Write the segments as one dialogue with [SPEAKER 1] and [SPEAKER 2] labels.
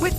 [SPEAKER 1] With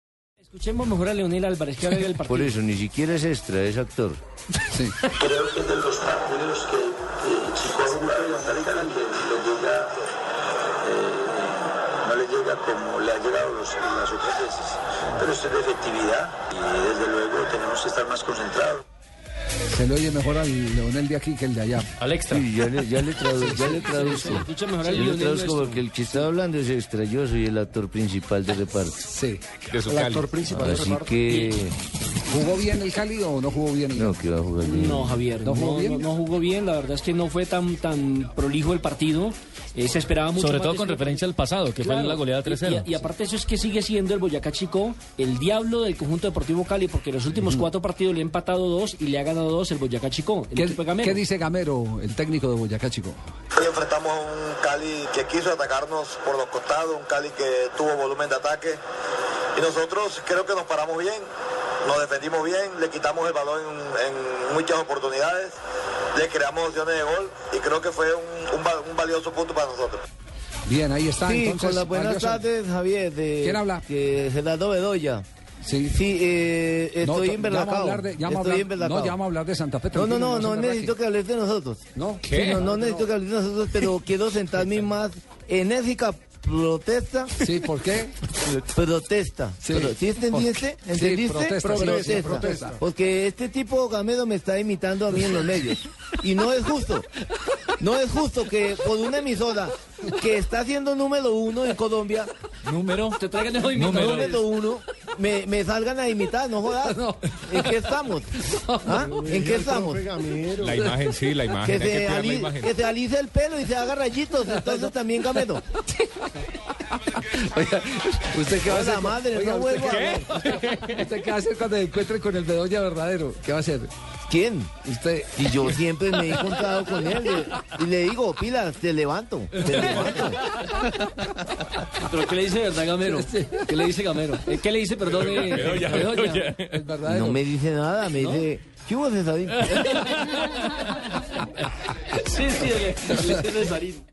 [SPEAKER 2] Escuchemos mejor a Leonel Álvarez que habla del partido.
[SPEAKER 3] Por eso, ni siquiera es extra, es actor.
[SPEAKER 4] creo que es de los partidos que, que si coge un periodista que le llega, eh, no le llega como le ha llegado los- las otras veces. Pero esto es de efectividad y desde luego tenemos que estar más concentrados.
[SPEAKER 5] Se le oye mejor al Leonel de aquí que el de allá.
[SPEAKER 2] Al extra.
[SPEAKER 3] Sí, ya le, ya le tradu- ya le
[SPEAKER 2] sí, sí,
[SPEAKER 3] traduzco.
[SPEAKER 2] escucha mejor al
[SPEAKER 3] Yo le
[SPEAKER 2] Lionel
[SPEAKER 3] traduzco
[SPEAKER 2] nuestro.
[SPEAKER 3] porque el que está hablando es extra. Yo soy el actor principal de reparto.
[SPEAKER 5] Sí. El actor principal del
[SPEAKER 3] Así
[SPEAKER 5] reparto.
[SPEAKER 3] que.
[SPEAKER 5] ¿Jugó bien el Cali o no jugó bien el
[SPEAKER 3] No, que va a jugar bien.
[SPEAKER 2] No, Javier, no,
[SPEAKER 5] ¿No jugó bien?
[SPEAKER 2] no- no jugó bien. La verdad es que no fue tan tan prolijo el partido. Eh, se esperaba mucho.
[SPEAKER 6] Sobre
[SPEAKER 2] más
[SPEAKER 6] todo
[SPEAKER 2] de
[SPEAKER 6] con
[SPEAKER 2] este-
[SPEAKER 6] referencia al pasado, que
[SPEAKER 2] Claro,
[SPEAKER 6] fue la goleada
[SPEAKER 2] y- y-
[SPEAKER 6] 3-0.
[SPEAKER 2] Y, aparte eso es que sigue siendo el Boyacá Chico el diablo del conjunto deportivo Cali, porque en los últimos cuatro partidos le ha empatado dos y le ha ganado dos el Boyacá Chico. El
[SPEAKER 5] ¿Qué,
[SPEAKER 2] equipo de Gamero.
[SPEAKER 5] qué dice Gamero, el técnico de Boyacá, chico?
[SPEAKER 4] Hoy enfrentamos a un Cali que quiso atacarnos por los costados, un Cali que tuvo volumen de ataque y nosotros creo que nos paramos bien, nos defendimos bien, le quitamos el balón en, en muchas oportunidades, le creamos opciones de gol y creo que fue un- un va- un valioso punto para nosotros.
[SPEAKER 5] Bien, ahí está.
[SPEAKER 7] Sí,
[SPEAKER 5] entonces,
[SPEAKER 7] con las buenas
[SPEAKER 5] valioso.
[SPEAKER 7] tardes, Javier. De,
[SPEAKER 5] ¿Quién habla?
[SPEAKER 7] Que Gerardo Bedoya.
[SPEAKER 5] Sí.
[SPEAKER 7] Sí, eh,
[SPEAKER 5] No,
[SPEAKER 7] estoy
[SPEAKER 5] to- ya vamos a
[SPEAKER 7] emberracado.
[SPEAKER 5] hablar de- ya vamos a
[SPEAKER 7] Estoy
[SPEAKER 5] hablar-
[SPEAKER 7] emberracado.
[SPEAKER 5] no, ya vamos a hablar de Santa Fe,
[SPEAKER 7] No, no,
[SPEAKER 5] tranquilo,
[SPEAKER 7] no, no
[SPEAKER 5] no se
[SPEAKER 7] necesito
[SPEAKER 5] emberraque.
[SPEAKER 7] que hables de nosotros.
[SPEAKER 5] ¿No?
[SPEAKER 7] Sí, no, no necesito que hables de nosotros, pero quiero sentarme más enérgica protesta.
[SPEAKER 5] Sí, ¿por qué?
[SPEAKER 7] Protesta.
[SPEAKER 5] Sí.
[SPEAKER 7] Pero, ¿sí entendiste?
[SPEAKER 5] Sí,
[SPEAKER 7] ¿Entendiste?
[SPEAKER 5] protesta, sí, sí, protesta.
[SPEAKER 7] Porque este tipo Gamero me está imitando a mí en los medios. Y no es justo. No es justo que por una emisora que está siendo número uno en Colombia,
[SPEAKER 6] Número.
[SPEAKER 2] Te traigan esos
[SPEAKER 6] Número.
[SPEAKER 2] imitadores.
[SPEAKER 7] número uno, me, me salgan a imitar, no jodas.
[SPEAKER 5] No.
[SPEAKER 7] ¿En qué estamos? ¿Ah? ¿En qué estamos?
[SPEAKER 6] La imagen, sí, la
[SPEAKER 7] Que se, ali- que se alice el pelo y se haga rayitos, entonces también Gamero.
[SPEAKER 5] Oiga, ¿usted qué va a hacer?
[SPEAKER 7] Hola, madre, no
[SPEAKER 5] ¿usted
[SPEAKER 7] vuelvo a
[SPEAKER 5] ¿Usted, qué va a hacer cuando se encuentre con el Bedoya verdadero? ¿Qué va a hacer?
[SPEAKER 7] ¿Quién?
[SPEAKER 5] Usted...
[SPEAKER 7] Y yo siempre me he encontrado con él le- y le digo, pilas, te levanto, te levanto.
[SPEAKER 2] Pero ¿qué le dice verdad Gamero? ¿Qué le dice Gamero? Eh, ¿Qué le dice, perdón, eh,
[SPEAKER 6] Bedoya,
[SPEAKER 2] Bedoya?
[SPEAKER 6] Bedoya.
[SPEAKER 5] El verdadero.
[SPEAKER 7] No me dice nada, me dice, ¿qué hubo, Cesarín?
[SPEAKER 2] Sí, sí, le, le dice Cesarín.